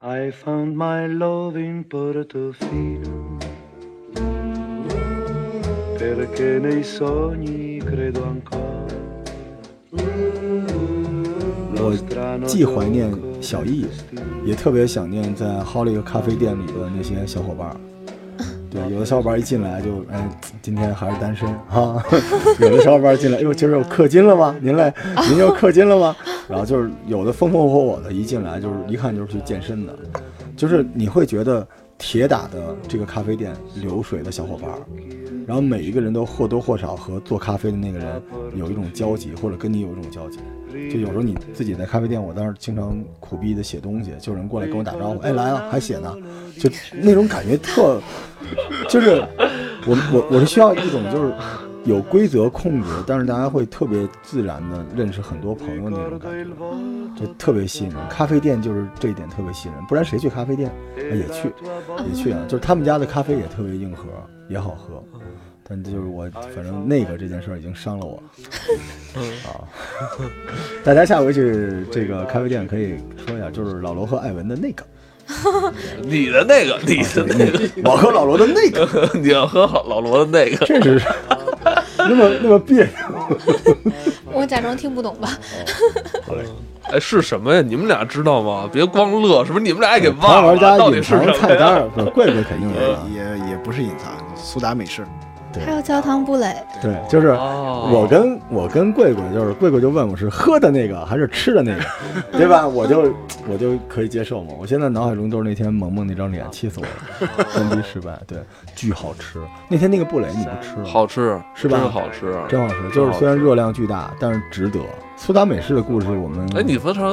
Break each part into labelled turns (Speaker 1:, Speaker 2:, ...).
Speaker 1: I found my love in Portofino, perché nei sogni credo ancora.
Speaker 2: 我
Speaker 1: Lo strano
Speaker 2: 既怀念
Speaker 1: gioco
Speaker 2: 小
Speaker 1: dei
Speaker 2: 艺，
Speaker 1: destini.
Speaker 2: 也特别想念在 Holly 咖啡店里的那些小伙伴儿。对，有的小伙伴一进来就哎，今天还是单身啊； 有的小伙伴进来，哎呦，今儿又氪金了吗？您来，您又氪金了吗？然后就是有的风风火火的，一进来就是一看就是去健身的，就是你会觉得铁打的这个咖啡店流水的小伙伴儿，然后每一个人都或多或少和做咖啡的那个人有一种交集，或者跟你有一种交集。就有时候你自己在咖啡店，我当时经常苦逼的写东西，就有人过来跟我打招呼，哎，来啊，还写呢，就那种感觉特，就是我我我是需要一种就是有规则控制，但是大家会特别自然的认识很多朋友那种感觉。就特别吸引人。咖啡店就是这一点特别吸引人，不然谁去咖啡店？哎也
Speaker 1: e
Speaker 2: 去，也去啊。就是他们家的咖啡也特别硬核，也好喝。
Speaker 3: 嗯
Speaker 2: 但就是我，反正那个这件事儿已经伤了我。
Speaker 3: 嗯
Speaker 2: 啊， 大家下回去这个咖啡店可以说一下，就是老罗和艾文的那个，
Speaker 3: 你的那个，你的那个，
Speaker 2: 我和老罗的那 个，
Speaker 3: 你要喝好老罗的那个，
Speaker 2: 确实是那么那么别扭。
Speaker 4: 我假装听不懂吧。
Speaker 3: 哎，是什么呀？你们俩知道吗？别光乐，是不是你们俩也给
Speaker 2: 玩
Speaker 3: 忘
Speaker 2: 玩
Speaker 3: 了？
Speaker 2: 家
Speaker 3: 到底
Speaker 2: 隐
Speaker 3: 是
Speaker 2: 藏
Speaker 3: 什么
Speaker 2: 菜单
Speaker 3: 呀？
Speaker 2: 儿，不是贵贵肯定有啊。
Speaker 5: 也也不是隐藏，苏打美式。
Speaker 2: 对
Speaker 4: 还有焦糖布蕾，
Speaker 2: 对，就是
Speaker 3: 哦
Speaker 2: 我跟我跟贵贵，就是贵贵就问我是喝的那个还是吃的那个，对吧？我就我就可以接受嘛。我现在脑海中都是那天萌萌那张脸，气死我了，单逼失败，对，巨好吃。那天那个布蕾你不吃了吗，
Speaker 3: 好吃
Speaker 2: 是吧
Speaker 3: 真好吃，
Speaker 2: 真好吃，就是虽然热量巨大，但是值得。苏打美式的故事，我们
Speaker 3: 哎，你平常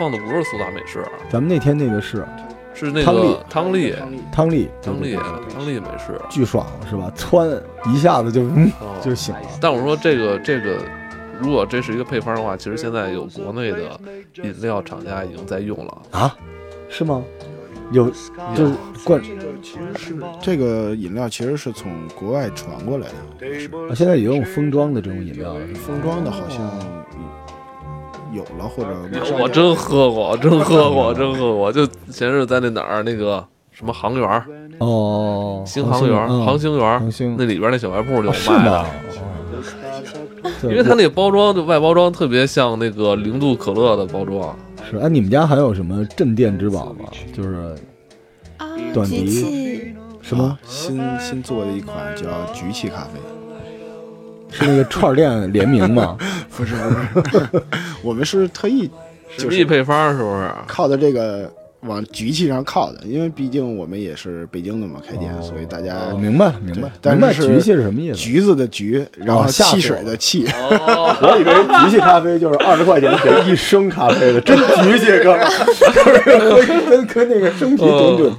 Speaker 3: 放的不是苏打美式，啊
Speaker 2: 咱们那天那个是
Speaker 3: 是那
Speaker 2: 汤
Speaker 3: 个
Speaker 2: 力
Speaker 3: 汤力，
Speaker 2: 汤力，对
Speaker 3: 汤
Speaker 2: 对
Speaker 3: 力，啊
Speaker 2: 对
Speaker 3: 汤力美式。
Speaker 2: 巨爽是吧？窜一下子就、嗯
Speaker 3: 哦
Speaker 2: 就醒了。
Speaker 3: 但我说这个这个，如果这是一个配方的话，其实现在有国内的饮料厂家已经在用了。
Speaker 2: 啊，是吗？有就是灌，
Speaker 5: 这个饮料其实是从国外传过来的，
Speaker 2: 啊现在也用封装的这种饮料了，是吗？
Speaker 5: 封装的好像
Speaker 2: 哦
Speaker 5: 嗯有了或者马上
Speaker 3: 我真喝过，真喝过，真喝过。就前日在那哪儿那个什么航园儿、
Speaker 2: 哦，
Speaker 3: 新航园儿、航
Speaker 2: 星
Speaker 3: 星园儿
Speaker 2: 航星
Speaker 3: 那里边那小卖部就
Speaker 2: 哦
Speaker 3: 有
Speaker 2: 是
Speaker 3: 卖
Speaker 2: 吗
Speaker 3: 的，？
Speaker 2: 哦对
Speaker 3: 因为它那包装就外包装特别像那个零度可乐的包装。
Speaker 2: 是哎，你们家还有什么镇店之宝吗？就是
Speaker 4: 啊，
Speaker 2: 嗯短笛
Speaker 4: 集气，
Speaker 2: 什么
Speaker 5: 啊新新做的一款叫菊气咖啡，
Speaker 2: 是那个串儿店联名 吗？
Speaker 5: 不是不是， 我们是特意
Speaker 3: 实
Speaker 5: 就
Speaker 3: 力
Speaker 5: 是
Speaker 3: 配方是不是？
Speaker 5: 靠的这个往菊气上靠的，因为毕竟我们也是北京的嘛开店，所以大家
Speaker 2: 我哦明白，明白，
Speaker 5: 但
Speaker 2: 明白
Speaker 5: 是
Speaker 2: 橘气是什么意思？
Speaker 5: 橘子的橘，然后
Speaker 2: 哦吓死
Speaker 5: 汽
Speaker 2: 我
Speaker 5: 水
Speaker 2: 了
Speaker 5: 的汽，
Speaker 3: 哦，
Speaker 2: 我以为橘气咖啡就是二十块钱给一升咖啡的，真橘气哥们儿，就是 跟跟那个生啤
Speaker 3: 哦
Speaker 2: 准准。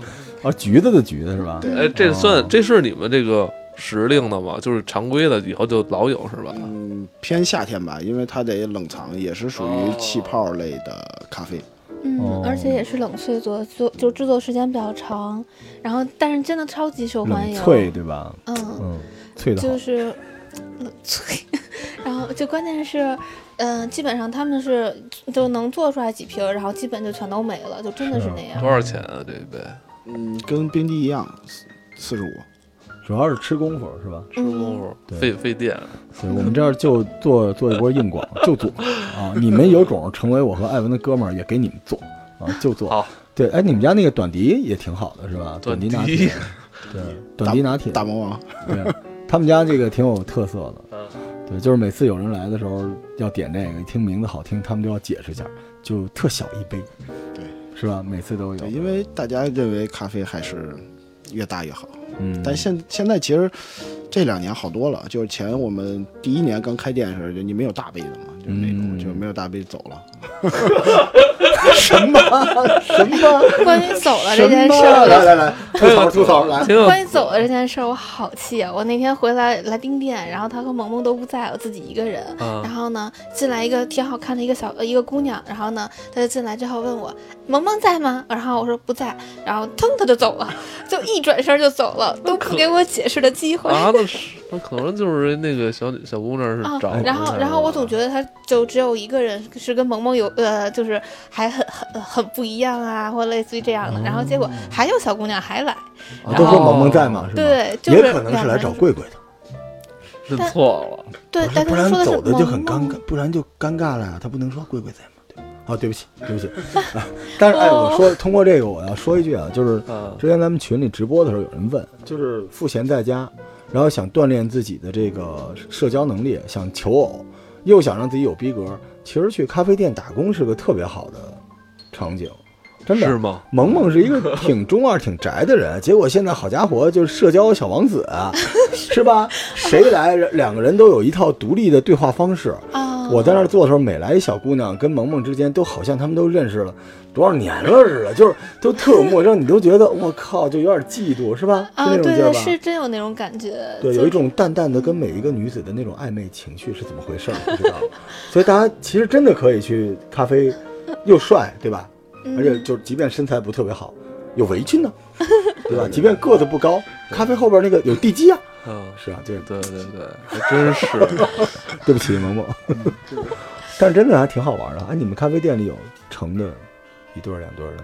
Speaker 2: 啊，橘子的橘子是吧？
Speaker 3: 哎，这算这是你们这个时令的吗？就是常规的，以后就老有是吧？
Speaker 5: 嗯，偏夏天吧，因为它得冷藏，也是属于气泡类的咖啡。
Speaker 2: 哦
Speaker 4: 嗯，而且也是冷萃做，做就制作时间比较长，然后但是真的超级受欢
Speaker 2: 冷
Speaker 4: 迎，
Speaker 2: 萃对吧？
Speaker 4: 嗯，
Speaker 2: 嗯，萃的好
Speaker 4: 就。是 冷萃，然后就关键是，嗯、基本上他们是就能做出来几瓶，然后基本就全都没了，就真的是
Speaker 2: 是
Speaker 4: 那样
Speaker 3: 多。少钱啊？这一杯？
Speaker 5: 嗯，跟冰滴一样，四十五。
Speaker 2: 主要是吃功夫是吧？
Speaker 4: 嗯
Speaker 3: 吃功夫
Speaker 2: 对
Speaker 3: 费费电，
Speaker 2: 对，我们这儿就做做一波硬广，就做啊！你们有种成为我和艾文的哥们儿，也给你们做啊，就做。
Speaker 3: 好，
Speaker 2: 对，哎，你们家那个短笛也挺好的是吧？
Speaker 3: 短
Speaker 2: 笛
Speaker 3: 笛嗯
Speaker 2: 拿铁，对，短笛拿铁，
Speaker 5: 大魔王，
Speaker 2: 对，啊他们家这个挺有特色的
Speaker 3: 嗯。
Speaker 2: 对，就是每次有人来的时候要点这个，一听名字好听，他们就要解释一下，就特小一杯，
Speaker 5: 对，
Speaker 2: 是吧？每次都有
Speaker 5: 对，，因为大家认为咖啡还是越大越好，
Speaker 2: 嗯，
Speaker 5: 但现现在其实这两年好多了。就是前我们第一年刚开店的时候，就你没有大杯的嘛，就是那种、
Speaker 2: 嗯
Speaker 5: 就没有大杯走了。
Speaker 2: 什么什么
Speaker 4: 关于走了这
Speaker 2: 什
Speaker 4: 件
Speaker 2: 么？
Speaker 4: 事儿
Speaker 2: 来来
Speaker 4: 了，
Speaker 2: 来，吐槽吐槽来，
Speaker 3: 挺有
Speaker 4: 关于走的这件事儿，我好气啊！我那天回来来丁店，然后他和萌萌都不在，我自己一个人。
Speaker 3: 嗯
Speaker 4: 然后呢，进来一个挺好看的一个小呃一个姑娘，然后呢，她就进来之后问我萌萌在吗？然后我说不在，然后腾她就走 了，就一转身就走了，都不给我解释的机会。
Speaker 3: 啊，那是那可能就是那个小女小姑娘是
Speaker 4: 啊
Speaker 3: 找人，
Speaker 4: 然后
Speaker 3: 来
Speaker 4: 然后我
Speaker 3: 了
Speaker 4: 总觉得他就只有一个人是跟萌萌有呃，就是还很很很不一样啊，或类似于这样的。然后
Speaker 3: 哦
Speaker 4: 结果还有小姑娘还来，
Speaker 2: 啊都说萌萌在嘛，是吧？
Speaker 4: 对，就是
Speaker 2: 也可能
Speaker 4: 两
Speaker 2: 是
Speaker 4: 个
Speaker 2: 来
Speaker 4: 人
Speaker 2: 找贵贵的。
Speaker 3: 认错了，
Speaker 4: 对
Speaker 2: 不，是
Speaker 4: 但
Speaker 2: 不
Speaker 4: 他
Speaker 2: 然
Speaker 4: 说的是
Speaker 2: 走的就很
Speaker 4: 萌
Speaker 2: 尴
Speaker 4: 萌
Speaker 2: 尬，不然就尴尬了呀。他不能说贵贵在吗？对吧哦，对不起，对不 起。啊但是哎，
Speaker 4: 哦
Speaker 2: 我说通过这个，我要说一句啊，就是
Speaker 3: 嗯
Speaker 2: 之前咱们群里直播的时候，有人问，就是赋闲在家，然后想锻炼自己的这个社交能力，想求偶，又想让自己有逼格，其实去咖啡店打工是个特别好的场景，真的
Speaker 3: 是吗？
Speaker 2: 萌萌是一个挺中二、挺宅的人，结果现在好家伙，就是社交小王子，啊 是吧？谁来，两个人都有一套独立的对话方式。
Speaker 4: 啊，
Speaker 2: 我在那儿做的时候，每来一小姑娘跟萌萌之间，都好像他们都认识了多少年了似的，就是都特陌生，你都觉得我靠，就有点嫉妒，是吧？是
Speaker 4: 啊，
Speaker 2: 那
Speaker 4: 对
Speaker 2: 种劲
Speaker 4: 对，
Speaker 2: 儿吧？
Speaker 4: 是真有那种感觉，
Speaker 2: 对，
Speaker 4: 就
Speaker 2: 有一种淡淡的跟每一个女子的那种暧昧情绪是怎么回事儿，不 知道。所以大家其实真的可以去咖啡，又帅，对吧？而且就是即便身材不特别好，有围裙呢，对吧？即便个子不高，咖啡后边那个有地基啊。
Speaker 3: 嗯，
Speaker 2: 是啊，对，
Speaker 3: 对对对，还真是
Speaker 2: 对不起，萌萌。 但是真的还挺好玩的。哎，你们咖啡店里有成的一对儿两对儿的那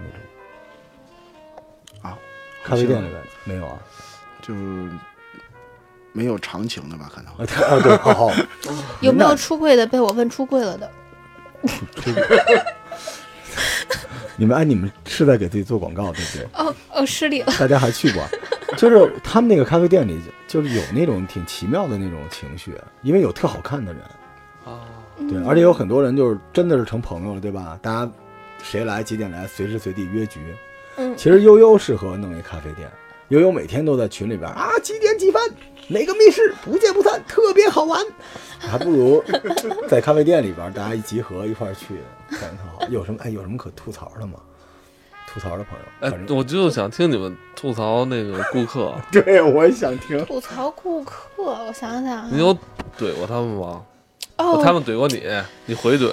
Speaker 2: 种
Speaker 5: 啊？
Speaker 2: 咖啡店里边没有啊？
Speaker 5: 就是没有长情的吧？可能
Speaker 2: 啊，对啊，对，好好。
Speaker 4: 有没有
Speaker 2: 那
Speaker 4: 出柜的被我问出柜了的？
Speaker 2: 你们哎，你们是在给自己做广告，对不对？
Speaker 4: 哦哦，失礼了，
Speaker 2: 大家还去过啊， 就是他们那个咖啡店里，就是有那种挺奇妙的那种情绪，因为有特好看的人，
Speaker 3: 啊，
Speaker 2: 对，而且有很多人就是真的是成朋友了，对吧？大家谁来几点来，随时随地约局。
Speaker 4: 嗯
Speaker 2: 其实悠悠适合弄一咖啡店，悠悠每天都在群里边啊几点几分哪个密室不见不散，特别好玩，还不如在咖啡店里边大家一集合一块儿去，感觉特好。有什么哎有什么可吐槽的吗？吐槽的朋友，
Speaker 3: 哎
Speaker 2: 反，正
Speaker 3: 我就想听你们吐槽那个顾客，
Speaker 2: 对我也想听。
Speaker 4: 吐槽顾客，我想想啊，
Speaker 3: 你有怼过他们吗？
Speaker 4: 哦，
Speaker 3: 他们怼过你，你回怼，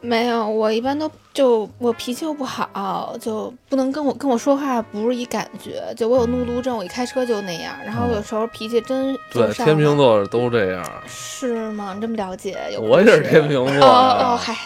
Speaker 4: 没有，我一般都就我脾气又不好，就不能跟我跟我说话不是一感觉，就我有路怒症，我一开车就那样，然后有时候脾气真就
Speaker 3: 嗯对，
Speaker 4: 上
Speaker 3: 天秤
Speaker 4: 了
Speaker 3: 座都这样，
Speaker 4: 是吗？你这么了解？有
Speaker 3: 我也是天秤座啊
Speaker 4: 哦哦
Speaker 3: 呀
Speaker 4: 哦，，嗨，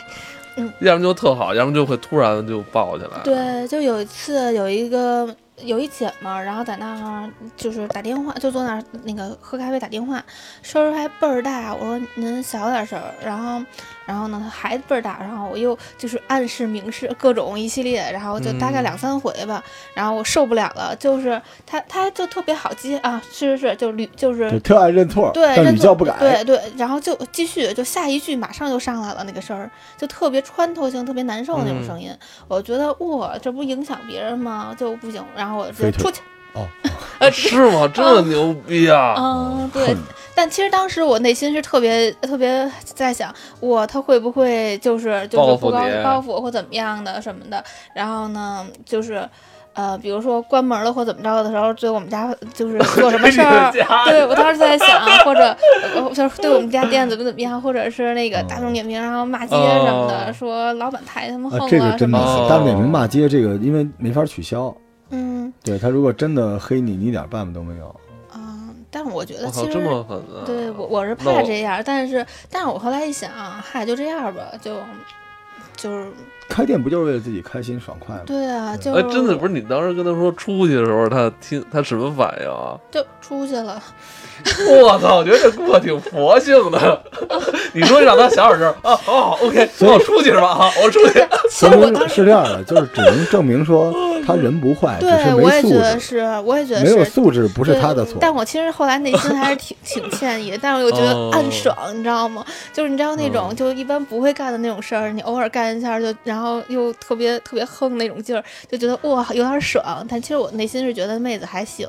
Speaker 3: 要么就特好，要么就会突然就爆起来，，
Speaker 4: 对，就有一次有一个有一姐们儿，然后在那儿就是打电话，就坐那儿那个喝咖啡打电话，声儿还倍儿大。我说您小点声儿，然后然后呢她还倍儿大，然后我又就是暗示明示各种一系列，然后就大
Speaker 3: 嗯
Speaker 4: 概两三回吧，然后我受不了了，就是她她就特别好接啊，是是是，就屡就是
Speaker 2: 就特爱认错，
Speaker 4: 对，
Speaker 2: 但
Speaker 4: 认
Speaker 2: 屡
Speaker 4: 错
Speaker 2: 教不改。
Speaker 4: 对对，然后就继续，就下一句马上就上来了那个声儿，就特别穿透性特别难受的那种
Speaker 3: 嗯
Speaker 4: 声音。我觉得哇，这不影响别人吗？就不行，然后我
Speaker 2: 飞
Speaker 4: 就
Speaker 2: 腿
Speaker 4: 出去。
Speaker 2: 哦，
Speaker 3: 啊是
Speaker 4: 哦
Speaker 3: 吗？这么牛逼啊！
Speaker 4: 嗯，对
Speaker 2: 恨。
Speaker 4: 但其实当时我内心是特别特别在想，哇，他会不会就是就
Speaker 3: 报
Speaker 4: 是
Speaker 3: 复
Speaker 4: 不高
Speaker 3: 你
Speaker 4: 报复我或怎么样的什么的？然后呢，就是。呃，比如说关门了或怎么着的时候，对我们家 就是做什么事儿，对我当时在想，或者呃就是对我们家店怎么怎么样，或者是那个大众点评，然后骂街什么的，
Speaker 3: 嗯哦
Speaker 4: 说老板太他妈横
Speaker 2: 啊，
Speaker 4: 了
Speaker 2: 这个
Speaker 4: 什
Speaker 2: 真
Speaker 4: 么
Speaker 2: 的
Speaker 4: 的，
Speaker 3: 哦
Speaker 2: 是，但是点评骂街这个，因为没法取消。
Speaker 4: 嗯
Speaker 2: 对他如果真的黑你，你一点办法都没有。
Speaker 4: 啊、但是我觉得
Speaker 3: 我
Speaker 4: 其
Speaker 3: 操，
Speaker 4: 实
Speaker 3: 这么狠啊！
Speaker 4: 对我我是
Speaker 3: 那
Speaker 4: 怕
Speaker 3: 我
Speaker 4: 这样，但是但是我后来一想，啊嗨，就这样吧，就就是
Speaker 2: 开店不就是为了自己开心爽快吗？
Speaker 4: 对啊，就
Speaker 3: 哎，真的不是你当时跟他说出去的时候，他听他什么反应啊？
Speaker 4: 就出去 了，
Speaker 3: 我操，我觉得这顾客挺佛性 的。你说让他小点声啊？哦，OK，那我出去是吧？啊，我出去。
Speaker 4: 其
Speaker 2: 说
Speaker 4: 实我
Speaker 2: 明
Speaker 4: 当时
Speaker 2: 是这样的，就是只能证明 说他人不坏，只
Speaker 4: 对
Speaker 2: 是
Speaker 4: 我
Speaker 2: 没
Speaker 4: 也
Speaker 2: 素
Speaker 4: 觉得
Speaker 2: 质。
Speaker 4: 是，我也觉得
Speaker 2: 没有
Speaker 4: 是。
Speaker 2: 素质不是
Speaker 4: 对
Speaker 2: 他的错，
Speaker 4: 但我其实后来内心还是 挺挺歉意的，但是我觉得
Speaker 3: 哦嗯
Speaker 4: 暗爽，你知道吗？就是你知道那种就一般不会干的那种事儿，你偶尔干一下就，然然后又特别特别横那种劲儿，就觉得哇有点爽。但其实我内心是觉得妹子还行，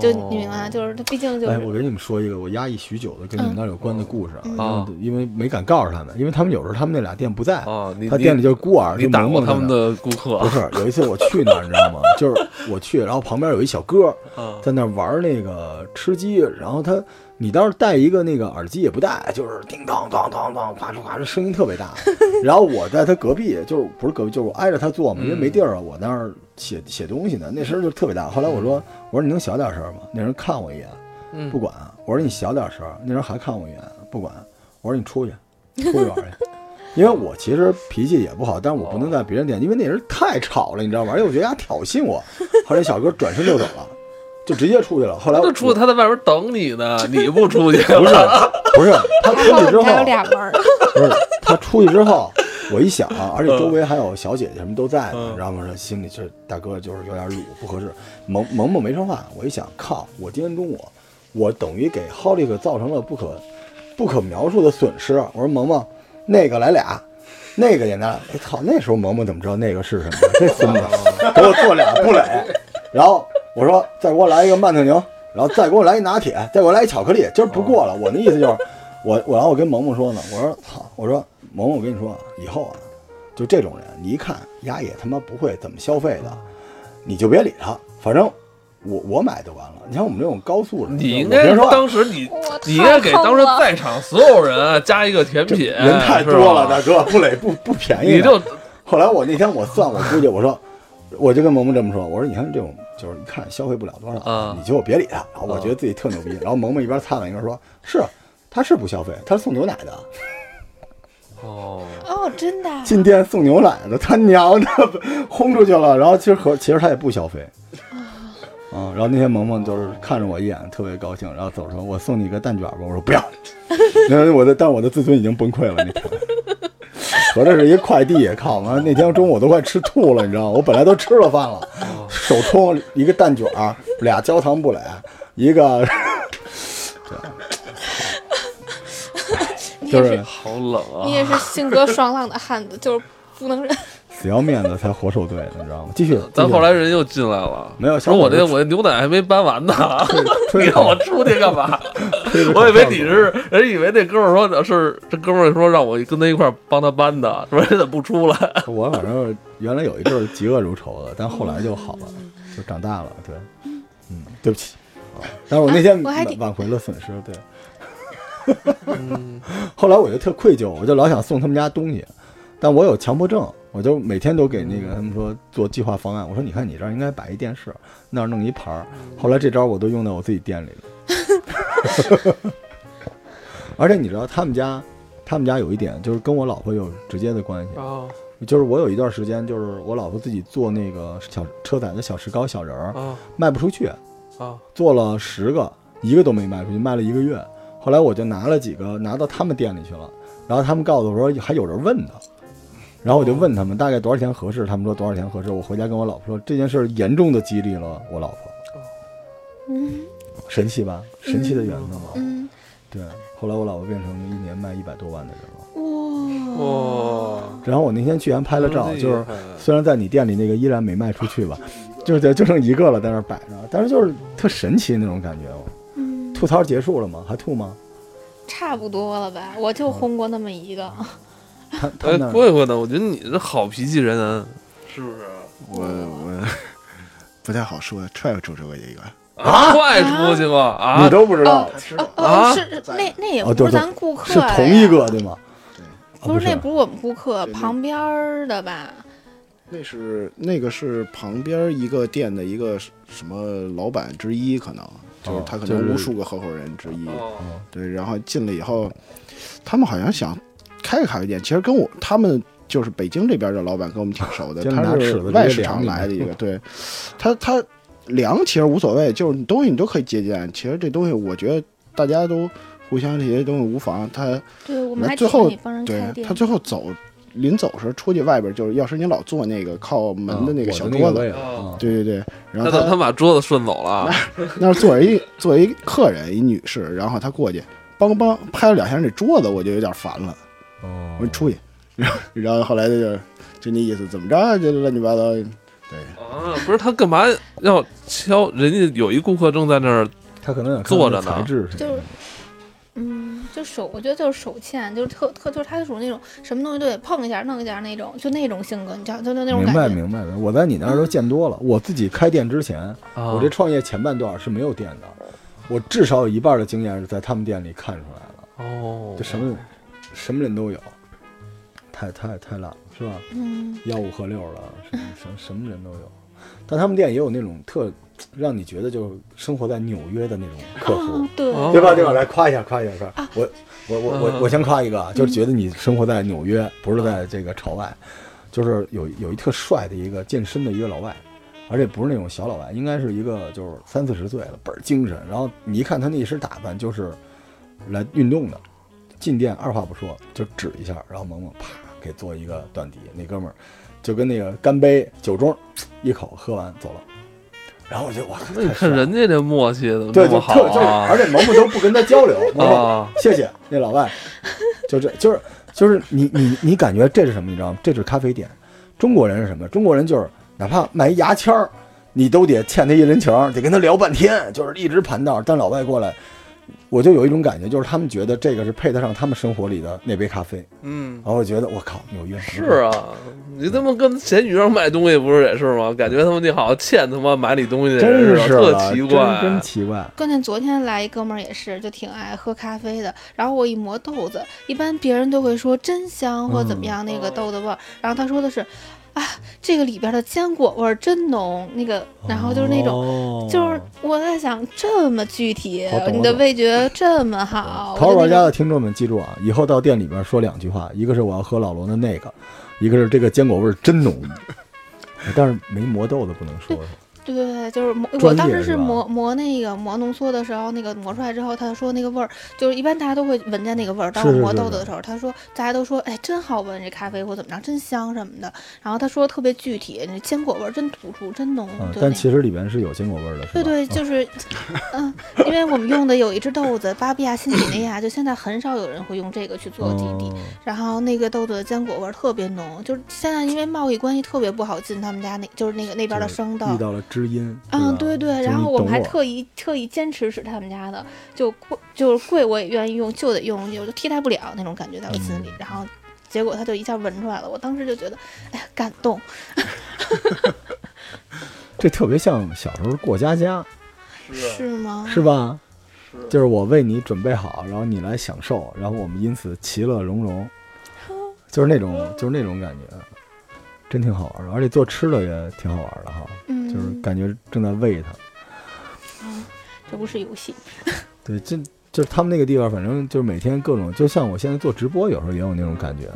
Speaker 4: 就你明白
Speaker 3: 哦
Speaker 4: 吗，就是她毕竟就是、
Speaker 2: 哎，我给你们说一个我压抑许久的跟你们那儿有关的故事啊，
Speaker 4: 嗯
Speaker 2: 因
Speaker 3: 啊
Speaker 2: 为因为没敢告诉他们，因为他们有时候他们那俩店不在，
Speaker 3: 哦，你
Speaker 2: 他
Speaker 3: 你
Speaker 2: 店里就是孤儿，
Speaker 3: 你
Speaker 2: 就
Speaker 3: 打
Speaker 2: 萌
Speaker 3: 过
Speaker 2: 萌
Speaker 3: 他们
Speaker 2: 在那儿。
Speaker 3: 的顾客啊
Speaker 2: 不是，有一次我去那儿，你知道吗？ 就是我去，然后旁边有一小哥儿
Speaker 3: 啊？
Speaker 2: 在那儿玩那个吃鸡，然后他，你倒是戴一个那个耳机也不戴，就是叮当当当当，啪嚓啪嚓，声音特别大。然后我在他隔壁，就是不是隔壁，就是我挨着他坐嘛，因为没地儿啊，我那儿写写东西呢，那声儿就特别大。后来我说，我说你能小点声儿吗？那人看我一眼，
Speaker 3: 嗯
Speaker 2: 不管。我说你小点声儿，那人还看我一眼，不管。我说你出去，出去玩 去。因为我其实脾气也不好，但是我不能在别人店，因为那人太吵了，你知道吗？而且我觉得他挑衅我，后来小哥转身就走了，就直接出去了。后来
Speaker 3: 他
Speaker 2: 我
Speaker 3: 就出去，他在外边等你呢， 你不出去，
Speaker 2: 不是不是他出去之
Speaker 4: 还有
Speaker 2: 后，
Speaker 4: 俩门儿，
Speaker 2: 不是他出去之后，我一想，而且周围还有小姐姐什么都在呢，
Speaker 3: 嗯
Speaker 2: 然后我心里这大哥就是有点鲁，不合适。萌萌萌没说话，我一想，靠，我今天中午我等于给 Holic 造成了不可不可描述的损失。我说萌萌，那个来俩。那个也拿，哎操！那时候萌萌怎么知道那个是什么呀？这孙子给我做俩布垒，然后我说再给我来一个曼特宁，然后再给我来一拿铁，再给我来一巧克力，今儿不过了。我那意思就是，我我然后我跟萌萌说呢，我说操，我说萌萌，我跟你说啊，以后啊，就这种人，你一看丫也他妈不会怎么消费的，你就别理他，反正我我买就完了。你像我们这种高素质，
Speaker 3: 你应
Speaker 2: 我
Speaker 3: 该
Speaker 2: 别说啊话
Speaker 3: 当时你
Speaker 4: 我
Speaker 3: 你应该
Speaker 4: 太
Speaker 3: 给
Speaker 4: 坑
Speaker 3: 当时
Speaker 4: 了
Speaker 3: 在场所有人啊加一个甜
Speaker 2: 这
Speaker 3: 品，
Speaker 2: 人太多
Speaker 3: 是
Speaker 2: 了，
Speaker 3: 吧
Speaker 2: 大哥，布垒不不便宜的。
Speaker 3: 你就
Speaker 2: 后来我那天我算，我估计我说，我就跟萌萌这么说，我说你看这种就是一看消费不了多少，
Speaker 3: 啊
Speaker 2: 你就别理他。然后我觉得自己特牛逼。然后萌萌一边擦碗一边说，是。啊他是不消费，他是送牛奶的，
Speaker 3: 哦，
Speaker 4: 哦，真的啊，
Speaker 2: 进店送牛奶的，他娘的轰出去了。然后其实和其实他也不消费，啊、然后那天萌萌就是看着我一眼，特别高兴，然后走说：“我送你个蛋卷吧。”我说：“ 不要。”然后我的，但我的自尊已经崩溃了。那天，合着是一快递，靠妈！啊那天中午我都快吃吐了，你知道吗？我本来都吃了饭了，手冲一个蛋卷儿，俩焦糖布蕾，一个，
Speaker 4: 你也
Speaker 2: 就是 是
Speaker 3: 好冷啊
Speaker 4: 你！也是性格爽朗的汉子，就是不能忍。
Speaker 2: 死要面子才活受罪，你知道吗？继续，
Speaker 3: 咱
Speaker 2: 继续
Speaker 3: 后来人又进来了，
Speaker 2: 没有小
Speaker 3: 说我
Speaker 2: 伙
Speaker 3: 这
Speaker 2: 子
Speaker 3: 我这牛奶还没搬 完呢，你
Speaker 2: 推着
Speaker 3: 让我出去 干嘛？我以为你是，人以为那哥们儿说是这哥们儿说让我跟他一块儿帮他搬的，说你怎么不出来？
Speaker 2: 我反正原来有一阵儿嫉恶如仇的，但后来就好了，就长大了。对，嗯，对不起。啊但是我那天
Speaker 4: 啊我还挺
Speaker 2: 挽挽回了损失，对。 后来我就特愧疚，我就老想送他们家东西，但我有强迫症，我就每天都给那个他们说做计划方案。我说你看你这儿应该摆一电视，那儿弄一盘儿。后来这招我都用到我自己店里了。 而且你知道他们家，他们家有一点就是跟我老婆有直接的关系，
Speaker 3: 哦
Speaker 2: 就是我有一段时间，就是我老婆自己做那个小车载的小石膏小人儿，
Speaker 3: 哦
Speaker 2: 卖不出去，
Speaker 3: 哦
Speaker 2: 做了十个，一个都没卖出去，卖了一个月。后来我就拿了几个拿到他们店里去了，然后他们告诉我说还有人问呢，然后我就问他们大概多少钱合适，他们说多少钱合适。我回家跟我老婆说这件事儿严重的激励了我老婆，
Speaker 4: 嗯
Speaker 2: 神奇吧？神奇的缘分吧？
Speaker 4: 嗯，
Speaker 2: 对。后来我老婆变成一年卖一百多万的人了。
Speaker 4: 嗯哇，
Speaker 3: 哇，
Speaker 2: 然后我那天去年拍了照，
Speaker 3: 真厉
Speaker 2: 就是
Speaker 3: 害
Speaker 2: 虽然在你店里那个依然没卖出去吧， 就是就剩一个了，在那儿摆着，但是就是特神奇那种感觉。哦。
Speaker 4: 嗯，
Speaker 2: 吐槽结束了吗？还吐吗？
Speaker 4: 差不多了吧？我就轰过那么一个，
Speaker 2: 他他
Speaker 3: 哎
Speaker 2: 们那，儿
Speaker 3: 过一过呢，我觉得你是好脾气人，啊是不是？
Speaker 5: 我我不太好说，踹出这个一个，
Speaker 3: 啊，快出去吧！啊
Speaker 2: 你，都不知道
Speaker 4: 哦
Speaker 3: 啊
Speaker 4: 哦，是那那也
Speaker 2: 哦
Speaker 4: 不
Speaker 2: 对
Speaker 4: 是
Speaker 2: 对
Speaker 4: 咱顾客
Speaker 2: 是
Speaker 4: 呀，
Speaker 2: 同一个对吗？啊不
Speaker 4: 不是，
Speaker 2: 是
Speaker 4: 那不是我们顾客，
Speaker 5: 对那
Speaker 4: 旁边儿的吧？
Speaker 5: 那是那个是旁边一个店的一个什么老板之一，可能就是他可
Speaker 2: 哦就
Speaker 5: 能
Speaker 2: 是
Speaker 5: 无数个合伙人之一。
Speaker 3: 哦
Speaker 5: 对，然后进了以后，他们好像想开个咖啡店，其实跟我他们就是北京这边的老板跟我们挺熟 的，
Speaker 2: 就拿
Speaker 5: 他
Speaker 2: 尺
Speaker 5: 是
Speaker 2: 子直接
Speaker 5: 外市
Speaker 2: 量
Speaker 5: 场
Speaker 2: 你
Speaker 5: 来的一 个，对，他他量其实无所谓，就是你东西你都可以借鉴，其实这东西我觉得大家都互相这些东西无妨，他
Speaker 4: 对，我
Speaker 5: 那
Speaker 4: 们还
Speaker 5: 最
Speaker 4: 请
Speaker 5: 后
Speaker 4: 你帮人
Speaker 5: 对
Speaker 4: 开店
Speaker 5: 他。最后走临走时候出去外边就是，要是你老坐那个靠门啊的那个小桌
Speaker 2: 哦我
Speaker 5: 子，
Speaker 2: 的那个
Speaker 3: 哦
Speaker 2: 我也有啊
Speaker 5: 对对对，
Speaker 3: 他
Speaker 5: 然后
Speaker 3: 怎么
Speaker 5: 他
Speaker 3: 他把桌子顺走了？
Speaker 5: 那是坐着一坐着一客人一女士，然后他过去。梆梆拍了两下那桌子，我就有点烦了。
Speaker 2: 哦
Speaker 5: 我说你出去，然后然后后来他就就那意思，怎么着啊，就乱七八糟。对，
Speaker 3: 啊，不是他干嘛要敲？人家有一顾客正在那儿，
Speaker 2: 他可能想看
Speaker 3: 坐着呢
Speaker 2: 看材质是
Speaker 4: 就是，嗯，就手，我觉得就是手欠，就是特特，就是他是属于那种什么东西都得碰一下、弄一下那种，就那种性格，你知道，就那那种
Speaker 2: 明
Speaker 4: 感
Speaker 2: 白
Speaker 4: 觉。嗯
Speaker 2: 明白，我在你那儿都见多了。我自己开店之前，
Speaker 3: 啊
Speaker 2: 我这创业前半段是没有店的，我至少有一半的经验是在他们店里看出来了，
Speaker 3: 哦
Speaker 2: 就什么什么人都有，太太太烂了，是吧？
Speaker 4: 嗯，
Speaker 2: 吆五喝六了，什么什么什么人都有，但他们店也有那种特让你觉得就是生活在纽约的那种客户。
Speaker 4: 啊，对，
Speaker 3: 哦嗯
Speaker 2: 对吧？对吧？来夸一下，夸一下，夸！
Speaker 4: 啊
Speaker 2: 我我我我我先夸一个，啊，就是觉得你生活在纽约，不是在这个朝外，就是有有一特帅的一个健身的一个老外，而且不是那种小老外，应该是一个就是三四十岁了，倍儿精神。然后你一看他那一身打扮，就是来运动的，进店二话不说就指一下，然后萌萌啪给做一个断底，那哥们儿就跟那个干杯酒盅一口喝完走了。然后我就哇，
Speaker 3: 那你
Speaker 2: 太帅
Speaker 3: 看
Speaker 2: 了
Speaker 3: 人家这默契怎么
Speaker 2: 对，
Speaker 3: 这
Speaker 2: 就特
Speaker 3: 么好
Speaker 2: 就是，
Speaker 3: 啊？
Speaker 2: 而且萌萌都不跟他交 流。萌萌
Speaker 3: 啊，
Speaker 2: 谢谢那老外，就这就是就是你你你感觉这是什么？你知道吗？这是咖啡店。中国人是什么？中国人就是哪怕买一牙签儿，你都得欠他一人情儿，得跟他聊半天，就是一直盘道。但老外过来，我就有一种感觉，就是他们觉得这个是配得上他们生活里的那杯咖啡。
Speaker 3: 嗯，
Speaker 2: 然后我觉得我靠，纽约
Speaker 3: 是啊，你他妈跟闲鱼上卖东西不是也是吗？感觉他妈你好像欠他妈买你东西的
Speaker 2: 真
Speaker 3: 人
Speaker 2: 是
Speaker 3: 似的，
Speaker 2: 啊
Speaker 3: 特奇怪。
Speaker 2: 真真奇怪。
Speaker 4: 关键昨天来一哥们儿也是，就挺爱喝咖啡的。然后我一磨豆子，一般别人都会说真香或
Speaker 2: 嗯
Speaker 4: 怎么样那个豆子味儿，然后他说的是，啊，这个里边的坚果味儿真浓，那个
Speaker 2: 哦
Speaker 4: 然后就是那种。
Speaker 3: 哦
Speaker 2: 种
Speaker 4: 就是我在想，这么具体
Speaker 2: 我懂我，懂
Speaker 4: 你的味觉这么好，
Speaker 2: 淘宝玩
Speaker 4: 我就那
Speaker 2: 家
Speaker 4: 种
Speaker 2: 的听众们记住啊，以后到店里边说两句话，一个是我要喝老罗的那个，一个是这个坚果味儿真 浓。但是没磨豆的不能说，
Speaker 4: 对对对，就是磨。
Speaker 2: 专
Speaker 4: 我当
Speaker 2: 业
Speaker 4: 时
Speaker 2: 是
Speaker 4: 是
Speaker 2: 吧
Speaker 4: 磨磨那个磨浓缩的时候，那个磨出来之后，他说那个味儿，就是一般大家都会闻见那个味儿。当我
Speaker 2: 是是
Speaker 4: 磨
Speaker 2: 是
Speaker 4: 豆
Speaker 2: 是
Speaker 4: 子的时候，他说大家都说，哎，真好闻这咖啡或怎么着，真香什么的。然后他说特别具体，那坚果味儿真突出，真浓。
Speaker 2: 嗯，
Speaker 4: 就
Speaker 2: 但
Speaker 4: 那
Speaker 2: 其实里边是有坚果味儿的，是吧？
Speaker 4: 对对，就是，嗯，因为我们用的有一只豆子，巴比亚新几内亚，就现在很少有人会用这个去做基底。
Speaker 2: 哦
Speaker 4: 然后那个豆子的坚果味儿特别浓，就是现在因为贸易关系特别不好进他们家那，就是那个那边的
Speaker 2: 就是
Speaker 4: 生豆，
Speaker 2: 遇到了知音，
Speaker 4: 嗯，
Speaker 2: 吧
Speaker 4: 对对，
Speaker 2: 就是
Speaker 4: 然后
Speaker 2: 你
Speaker 4: 我们
Speaker 2: 懂
Speaker 4: 还特意特意坚持使他们家的，就贵就是贵我也愿意用，就得用，我就替代不了那种感觉在我心
Speaker 2: 嗯
Speaker 4: 里。然后结果他就一下闻出来了，我当时就觉得，哎呀，感动。
Speaker 2: 这特别像小时候过家家，
Speaker 4: 是吗？
Speaker 2: 是吧？就是我为你准备好，然后你来享受，然后我们因此其乐融融，
Speaker 4: 嗯
Speaker 2: 就是那种就是那种感觉，啊真挺好玩的，而且做吃的也挺好玩的哈。
Speaker 4: 嗯，
Speaker 2: 就是感觉正在喂它。
Speaker 4: 这不是游戏。
Speaker 2: 对，这就是他们那个地方，反正就是每天各种，就像我现在做直播，有时候也有那种感觉，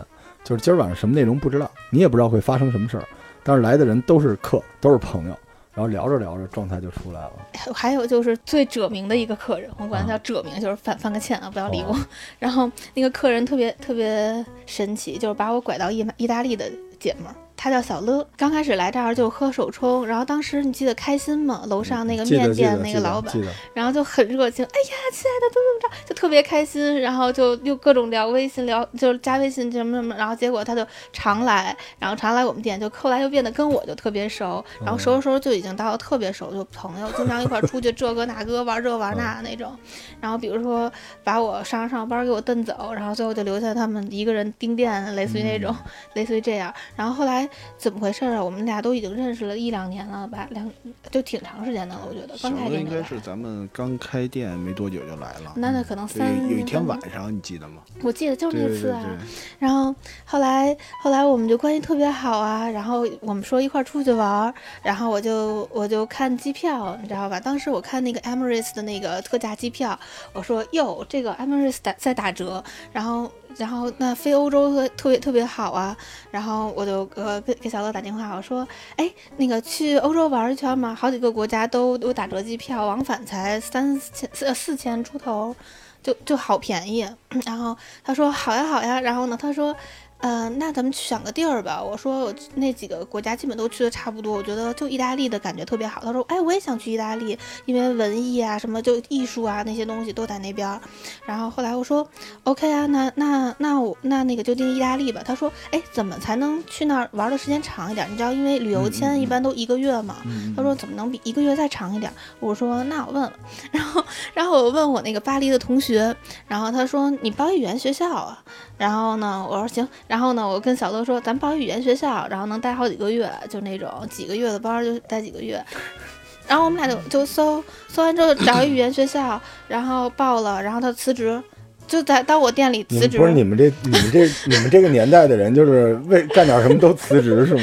Speaker 2: 就是今儿晚上什么内容不知道，你也不知道会发生什么事儿，但是来的人都是客，都是朋友，然后聊着聊着状态就出来了。
Speaker 4: 还有就是最者名的一个客人，我管他
Speaker 2: 啊
Speaker 4: 叫者名，就是犯犯个欠啊，不要理我。
Speaker 2: 哦
Speaker 4: 然后那个客人特别特别神奇，就是把我拐到意大意大利的姐们儿，她叫小乐。刚开始来这儿就喝手冲，然后当时你记得开心吗？楼上那个
Speaker 2: 嗯记得
Speaker 4: 面
Speaker 2: 记得
Speaker 4: 店那
Speaker 2: 记
Speaker 4: 个
Speaker 2: 得
Speaker 4: 老板，
Speaker 2: 记得
Speaker 4: 然后就很热情，哎呀，亲爱的，怎么怎么着，就特别开心，然后就又各种聊微信，聊就是加微信什么什么，然后结果他就常来，然后常来我们店，就后来又变得跟我就特别熟，然后熟
Speaker 5: 嗯
Speaker 4: 着熟着就已经到了特别熟，就朋友，经常一块儿出去这个那个玩这玩
Speaker 5: 嗯
Speaker 4: 那那种，然后比如说把我上上班给我蹬走，然后最后就留下他们一个人盯店，类似于那种，
Speaker 5: 嗯
Speaker 4: 类似于这样，然后后来怎么回事儿啊？我们俩都已经认识了一两年了吧，两就挺长时间的了，我觉得
Speaker 5: 小
Speaker 4: 刚开
Speaker 5: 乐
Speaker 4: 店
Speaker 5: 应
Speaker 4: 就来
Speaker 5: 该是咱们刚开店没多久就来了，
Speaker 4: 那那可能
Speaker 5: 对
Speaker 4: 三
Speaker 5: 有一天晚，上你记得吗？
Speaker 4: 我记得就是
Speaker 5: 对
Speaker 4: 那
Speaker 5: 对
Speaker 4: 次
Speaker 5: 对
Speaker 4: 啊。，然后后来后来我们就关系特别好啊，然后我们说一块儿出去玩儿，然后我就我就看机票，你知道吧？当时我看那个 Emirates 的那个特价机票，我说哟，这个 Emirates 打在打折，然后然后那飞欧洲特特别特别好啊，然后我就呃给给小乐打电话，我说哎那个去欧洲玩一圈嘛，好几个国家都都打折机票，往返才三千四四千 出头，就就好便宜。然后他说好呀好呀，然后呢他说呃，那咱们去想个地儿吧。我说我那几个国家基本都去的差不多，我觉得就意大利的感觉特别好。他说，哎，我也想去意大利，因为文艺啊，什么就艺术啊那些东西都在那边儿。然后后来我说，OK 啊，那那那我那那个就定意大利吧。他说，哎，怎么才能去那儿玩的时间长一点？你知道，因为旅游签一般都一个月嘛。他说怎么能比一个月再长一点？我说那我问问。 然后然后我问我那个巴黎的同学，然后他说你报语言学校啊？然后呢，我说行。然后呢，我跟小乐说咱报语言学校，然后能待好几个月，就那种几个月的班儿就待几个月。然后我们俩就就搜搜完之后找一语言学校，然后报了，然后他辞职，就在到我店里
Speaker 2: 你
Speaker 4: 辞
Speaker 2: 们
Speaker 4: 职。
Speaker 2: 不是你们这你们这你们这个年代的人，就是为干点什么都辞职是吗？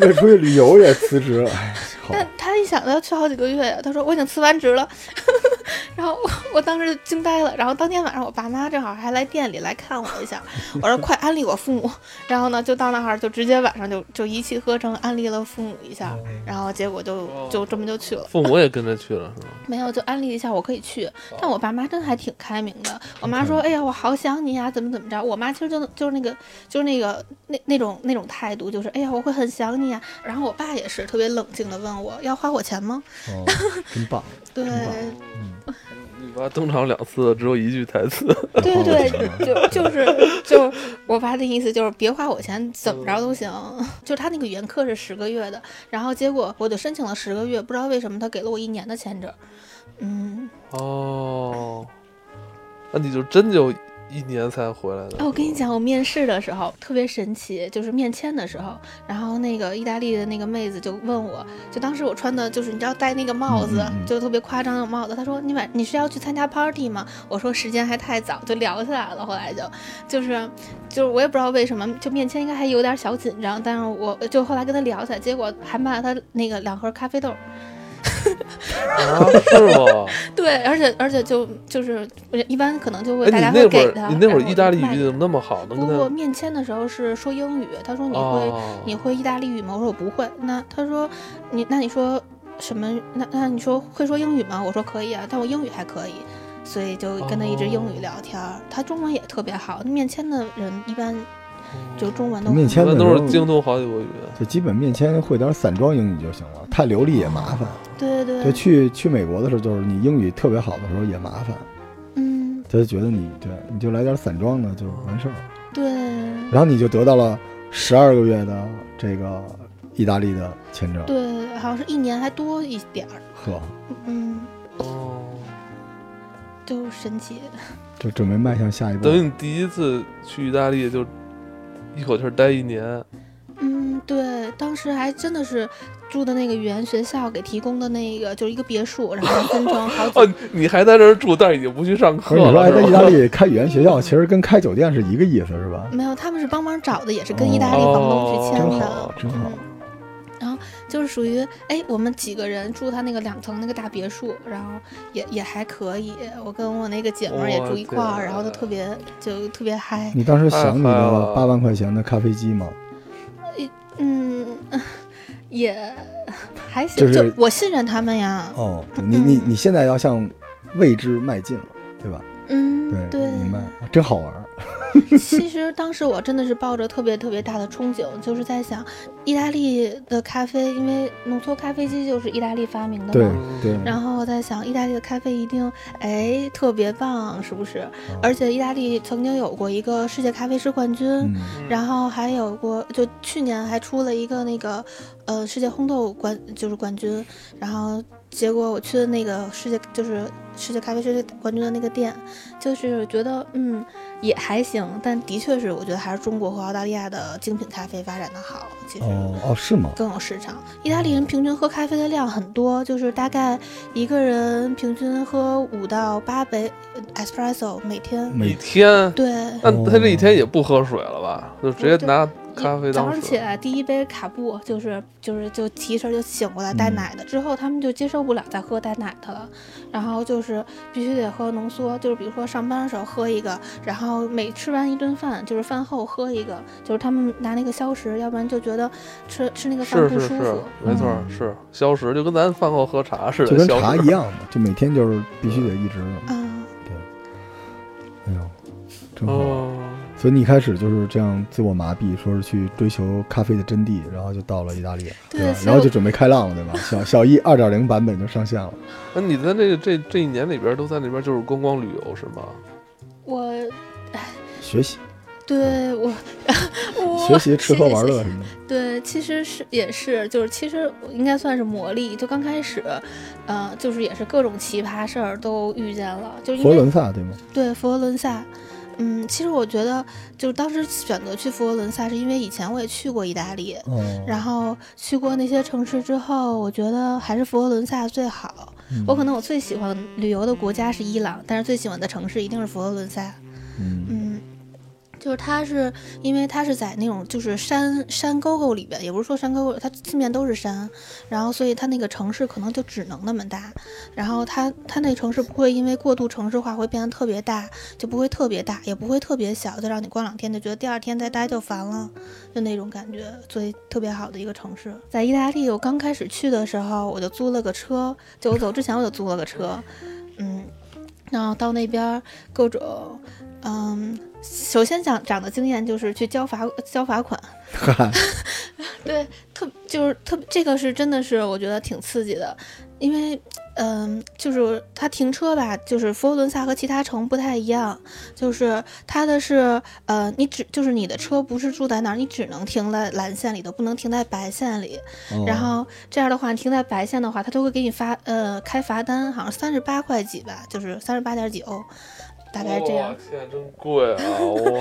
Speaker 2: 为出去旅游也辞职了，哎，好，
Speaker 4: 但他一想到要去好几个月呀，他说我已经辞完职了， 然后我我当时惊呆了。然后当天晚上我爸妈正好还来店里来看我一下，我说快安利我父母。然后呢，就到那儿就直接晚上就就一气呵成安利了父母一下，然后结果就就这么就去了。
Speaker 3: 父母也跟着去了，是吧？
Speaker 4: 没有，就安利一下我可以去。但我爸妈真的还挺开明的。我妈说：“哎呀，我好想你呀，怎么怎么着。”我妈其实就就是那个就是那个那那种那种态度，就是“哎呀，我会很想你呀。”然后我爸也是特别冷静的问我要花我钱吗？
Speaker 2: 哦，真棒，
Speaker 4: 对
Speaker 3: 你爸登场两次，只有一句台词，
Speaker 4: 对对，就就是就我爸的意思就是别花我钱，怎么着都行。 就他那个语言课是十个月的，然后结果我就申请了十个月，不知道为什么他给了我一年的签证。嗯，
Speaker 3: 哦，那你就真就一年才回来的。
Speaker 4: 哎，我跟你，讲，我面试的时候特别神奇，就是面签的时候，然后那个意大利的那个妹子就问我，就当时我穿的就是你知道戴那个帽子，
Speaker 2: 嗯嗯嗯
Speaker 4: 就特别夸张的帽子。她说你晚你是要去参加 party 吗？我说时间还太早，就聊起来了。后来就就是就是我也不知道为什么，就面签应该还有点小紧张，但是我就后来跟她聊起来，结果还买了她那个两盒咖啡豆。
Speaker 3: 啊，是 吗？
Speaker 4: 对，而且而且就就是一般可能就会大
Speaker 3: 哎，
Speaker 4: 家
Speaker 3: 你那
Speaker 4: 会
Speaker 3: 会
Speaker 4: 给
Speaker 3: 儿
Speaker 4: 她。
Speaker 3: 你那会儿
Speaker 4: 然后
Speaker 3: 意大利
Speaker 4: 卖
Speaker 3: 语
Speaker 4: 给
Speaker 3: 怎么那么好？能
Speaker 4: 不
Speaker 3: 跟
Speaker 4: 不，
Speaker 3: 他
Speaker 4: 面签的时候是说英语，他说你会、
Speaker 3: 哦，
Speaker 2: 嗯
Speaker 4: 你会意大利语吗？我说我不会。那他说你那你说什么？那那你说会说英语吗？我说可以啊，但我英语还可以，所以就跟他一直英
Speaker 3: 哦
Speaker 4: 语聊天儿。他中文也特别好，面签的人一般就中文都
Speaker 2: 面
Speaker 3: 一
Speaker 2: 签的时
Speaker 3: 般都
Speaker 2: 候
Speaker 3: 是精通好几国语言。
Speaker 2: 就基本面签会点散装英语就行了，太流利也麻烦。
Speaker 4: 对对
Speaker 2: 就去去美国的时候，就是你英语特别好的时候也麻烦，
Speaker 4: 嗯
Speaker 2: 他就觉得你对，你就来点散装的就完事儿了，
Speaker 4: 对，
Speaker 2: 然后你就得到了十二个月的这个意大利的签证，
Speaker 4: 对，好像是一年还多一点儿，
Speaker 2: 呵，
Speaker 4: 嗯，
Speaker 3: 哦，
Speaker 4: 就神奇。
Speaker 2: 就准备迈向下一步。
Speaker 3: 等于你第一次去意大利就一口气儿待一年，
Speaker 4: 嗯，对，当时还真的是住的那个语言学校给提供的那个，就是一个别墅，然后分成好几
Speaker 3: 哦，你还在这儿住，但是已经不去上
Speaker 2: 可
Speaker 3: 课
Speaker 2: 是你说，哎，
Speaker 3: 了，
Speaker 2: 在
Speaker 3: 是
Speaker 2: 意
Speaker 3: 吧？
Speaker 2: 大利开语言学校，其实跟开酒店是一个意思，是吧？
Speaker 4: 没有，他们是帮忙找的，也是跟意大利房东
Speaker 3: 哦
Speaker 4: 去签
Speaker 2: 真
Speaker 4: 的，
Speaker 2: 好，哦真好
Speaker 4: 嗯。然后就是属于哎，我们几个人住他那个两层那个大别墅，然后也也还可以。我跟我那个姐们儿也住一块
Speaker 3: 我
Speaker 4: 儿，
Speaker 3: 的
Speaker 4: 然后就特别就特别嗨。
Speaker 2: 你当时想你
Speaker 3: 太嗨了
Speaker 2: 的八万块钱的咖啡机吗？
Speaker 4: 嗯， 也还行，
Speaker 2: 就是
Speaker 4: 我信任他们呀。
Speaker 2: 哦，你
Speaker 4: 嗯
Speaker 2: 你你现在要向未知迈进了，对吧？
Speaker 4: 嗯，对，
Speaker 2: 明白，真好玩儿。
Speaker 4: 其实当时我真的是抱着特别特别大的憧憬，就是在想，意大利的咖啡，因为浓缩咖啡机就是意大利发明的
Speaker 2: 对
Speaker 4: 嘛。
Speaker 2: 对，嗯
Speaker 4: 然后我在想，意大利的咖啡一定哎特别棒，是不是？而且意大利曾经有过一个世界咖啡师冠军，
Speaker 2: 嗯，
Speaker 4: 然后还有过，就去年还出了一个那个，呃，世界烘豆冠就是冠军，然后结果我去的那个世界就是世界咖啡世界冠军的那个店，就是觉得嗯也还行，但的确是我觉得还是中国和澳大利亚的精品咖啡发展的好，其实。
Speaker 2: 哦哦，是吗？
Speaker 4: 更有市场。意大利人平均喝咖啡的量很多，就是大概一个人平均喝五到八杯呃 espresso 每天。
Speaker 3: 一
Speaker 2: 每
Speaker 3: 天，
Speaker 4: 对，
Speaker 3: 那他这一天也不喝水了吧？就直接拿咖啡
Speaker 4: 早
Speaker 3: 当
Speaker 4: 上起
Speaker 3: 水。
Speaker 4: 来第一杯卡布就是就是就提神儿就醒过来带
Speaker 2: 嗯
Speaker 4: 奶的，之后他们就接受不了再喝带奶的了，然后就是必须得喝浓缩，就是比如说上班的时候喝一个，然后每吃完一顿饭就是饭后喝一个，就是他们拿那个消食，要不然就觉得吃吃那个饭
Speaker 3: 是
Speaker 4: 不
Speaker 3: 是嗯
Speaker 4: 舒服。
Speaker 3: 是，没错儿，是消食，就跟咱饭后喝茶似的，
Speaker 2: 就跟
Speaker 3: 消食
Speaker 2: 茶一。样的，就每天
Speaker 4: 啊
Speaker 2: 就是必须得一直，
Speaker 4: 嗯，
Speaker 2: 哎呦，真好玩。
Speaker 3: 哦，
Speaker 2: 所以你一开始就是这样自我麻痹，说是去追求咖啡的真谛，然后就到了意大利，
Speaker 4: 对
Speaker 2: 吧？
Speaker 4: 所以
Speaker 2: 然后
Speaker 4: 我
Speaker 2: 就准备开浪了，对吧？小小一二点零版本就上线了，
Speaker 3: 那你在这这这一年里边都在那边就是观光旅游是吗？
Speaker 4: 我
Speaker 2: 学习
Speaker 4: 对我 我
Speaker 2: 学习吃喝
Speaker 4: 谢谢
Speaker 2: 玩
Speaker 4: 谢
Speaker 2: 乐
Speaker 4: 哦谢
Speaker 2: 什么的。
Speaker 4: 对，其实是也是，就是其实我应该算是磨砺。就刚开始，呃，就是也是各种奇葩事儿都遇见了，就因
Speaker 2: 佛罗
Speaker 4: 为
Speaker 2: 伦萨对吗？
Speaker 4: 对佛罗伦萨。嗯，其实我觉得，就是当时选择去佛罗伦萨，是因为以前我也去过意大利，
Speaker 2: 哦，
Speaker 4: 然后去过那些城市之后，我觉得还是佛罗伦萨最好。我可能我最喜欢旅游的国家是伊朗，但是最喜欢的城市一定是佛罗伦萨。
Speaker 2: 嗯
Speaker 4: 嗯，就是它是因为它是在那种就是山山沟沟里边，也不是说山沟沟，它四面都是山，然后所以它那个城市可能就只能那么大，然后它它那城市不会因为过度城市化会变得特别大，就不会特别大，也不会特别小，就让你逛两天就觉得第二天再待就烦了，就那种感觉，所以特别好的一个城市。在意大利，我刚开始去的时候，我就租了个车，就我走之前我就租了个车，嗯。然后到那边儿各种嗯，首先想长的经验就是去交罚交罚款，
Speaker 2: 嗨，
Speaker 4: 对，特就是特这个是真的是我觉得挺刺激的，因为嗯，就是它停车吧，就是佛罗伦萨和其他城不太一样，就是它的是呃，你只就是你的车不是住在那儿，你只能停在蓝线里头，不能停在白线里。
Speaker 2: 哦
Speaker 4: 嗯然后这样的话，你停在白线的话，他就会给你发呃开罚单，好像三十八块几吧，就是三十八点几欧，大概是这样。
Speaker 3: 哇，现在真贵啊！ 哇，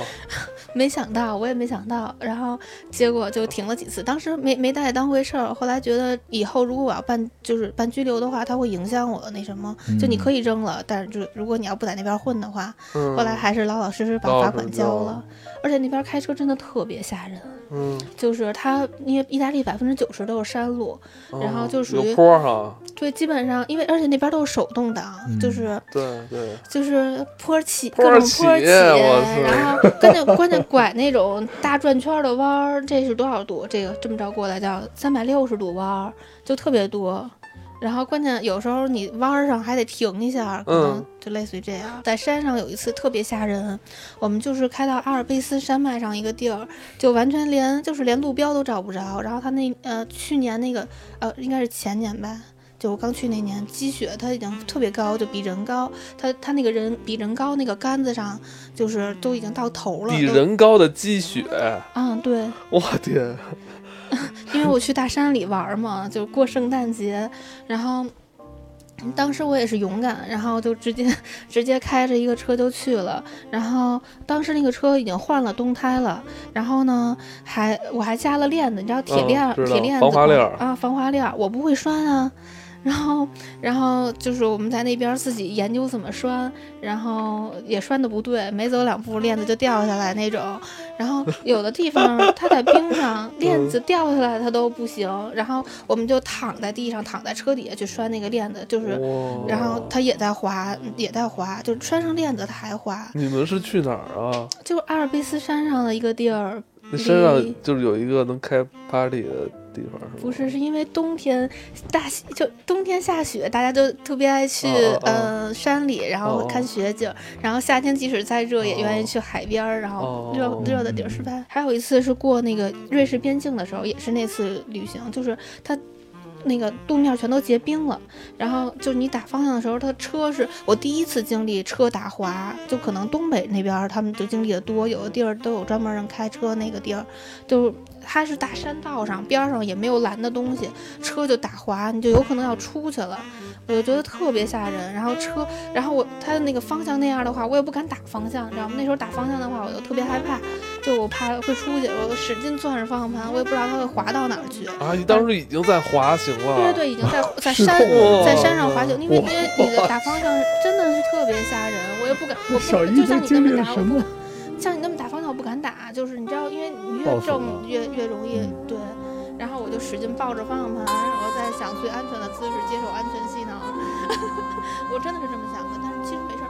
Speaker 4: 没想到，我也没想到，然后结果就停了几次，当时没没太当回事儿。后来觉得以后如果我要办就是办拘留的话，它会影响我那什么，就
Speaker 2: 嗯
Speaker 4: 你可以扔了，但是就如果你要不在那边混的话，
Speaker 3: 嗯
Speaker 4: 后来还是老老实实把
Speaker 3: 老
Speaker 4: 罚
Speaker 3: 实
Speaker 4: 款
Speaker 3: 交
Speaker 4: 交了。而且那边开车真的特别吓人，
Speaker 3: 嗯，
Speaker 4: 就是它因为意大利百分之九十都是山路，然后就
Speaker 3: 嗯
Speaker 4: 属于
Speaker 3: 有坡哈，
Speaker 4: 对，基本上因为而且那边都是手动挡，就是
Speaker 3: 对对，
Speaker 4: 就是坡起，
Speaker 3: 坡
Speaker 4: 各种
Speaker 3: 起
Speaker 4: 坡起，
Speaker 3: 我操
Speaker 4: 然后跟着关键拐那种大转圈的弯儿，这是多少度？这个这么着过来叫三百六十度弯儿，就特别多。然后关键有时候你弯儿上还得停一下，可能
Speaker 3: 嗯
Speaker 4: 就类似于这样。在山上有一次特别吓人，我们就是开到阿尔卑斯山脉上一个地儿，就完全连就是连路标都找不着。然后他那呃去年那个呃应该是前年吧，就我刚去那年，积雪它已经特别高，就比人高。它它那个人比人高那个杆子上，就是都已经到头了。
Speaker 3: 比
Speaker 4: 都
Speaker 3: 人高的积 雪，
Speaker 4: 嗯，对，
Speaker 3: 我天，
Speaker 4: 因为我去大山里玩嘛，就过圣诞节，然后当时我也是勇敢，然后就直接直接开着一个车就去了。然后当时那个车已经换了冬胎了，然后呢还我还加了链子，你知道铁
Speaker 3: 嗯
Speaker 4: 链儿、
Speaker 3: 知道
Speaker 4: 铁链子
Speaker 3: 防滑链儿
Speaker 4: 啊防滑链儿，我不会拴啊。 然后，然后就是我们在那边自己研究怎么拴，然后也拴的不对，没走两步
Speaker 3: 嗯
Speaker 4: 链子就掉下来那种。然后有的地方它在冰上，链子掉下来它都不行。然后我们就躺在地上，躺在车底下去拴那个链子， 就是，
Speaker 3: 哇，
Speaker 4: 然后它也在滑，也在滑，就是拴上链子它还滑。
Speaker 3: 你们是去哪儿啊？
Speaker 4: 就是阿尔卑斯山上的一个地儿，
Speaker 3: 那山上
Speaker 4: 离
Speaker 3: 就是有一个能开 party 的地方是吗？
Speaker 4: 不是，是因为冬天大雪就冬天下雪，大家都特别爱去
Speaker 3: 哦哦哦
Speaker 4: 呃山里，然后看雪景。然后夏天即使再热，也愿意去海边儿，然后热、
Speaker 3: 哦
Speaker 4: 热的地儿是吧？还有一次是过那个瑞士边境的时候，也是那次旅行，就是它。那个路面全都结冰了，然后就是你打方向的时候，它车是我第一次经历车打滑，就可能东北那边儿他们就经历的多，有的地儿都有专门人开车，那个地儿就它是大山道上，边儿上也没有拦的东西，车就打滑，你就有可能要出去了。我就觉得特别吓人。然后车，然后我它的那个方向那样的话，我也不敢打方向，你知道吗？那时候打方向的话，我就特别害怕，就我怕会出去，我使劲攥着方向盘，我也不知道它会滑到哪儿 去。
Speaker 3: 啊，你当时已经在滑行了，
Speaker 4: 对对对，已经在在山
Speaker 5: 哦
Speaker 3: 哇
Speaker 4: 在山上滑雪，因为因为你的打方向真的是特别吓人，我也不敢，我
Speaker 2: 小
Speaker 4: 不
Speaker 2: 一
Speaker 4: 就
Speaker 2: 在
Speaker 4: 像你那
Speaker 2: 经历
Speaker 4: 么
Speaker 2: 了
Speaker 4: 打，我
Speaker 2: 什
Speaker 4: 不
Speaker 2: 么？
Speaker 4: 像你那么打方向我不敢打，就是你知道，因为你
Speaker 2: 报
Speaker 4: 越
Speaker 2: 复
Speaker 4: 正
Speaker 2: 嘛
Speaker 4: 越越容易
Speaker 2: 嗯
Speaker 4: 对。然后我就使劲抱着方向盘，我 在想最安全的姿势接受安全气囊。我真的是这么想的，但是其实没事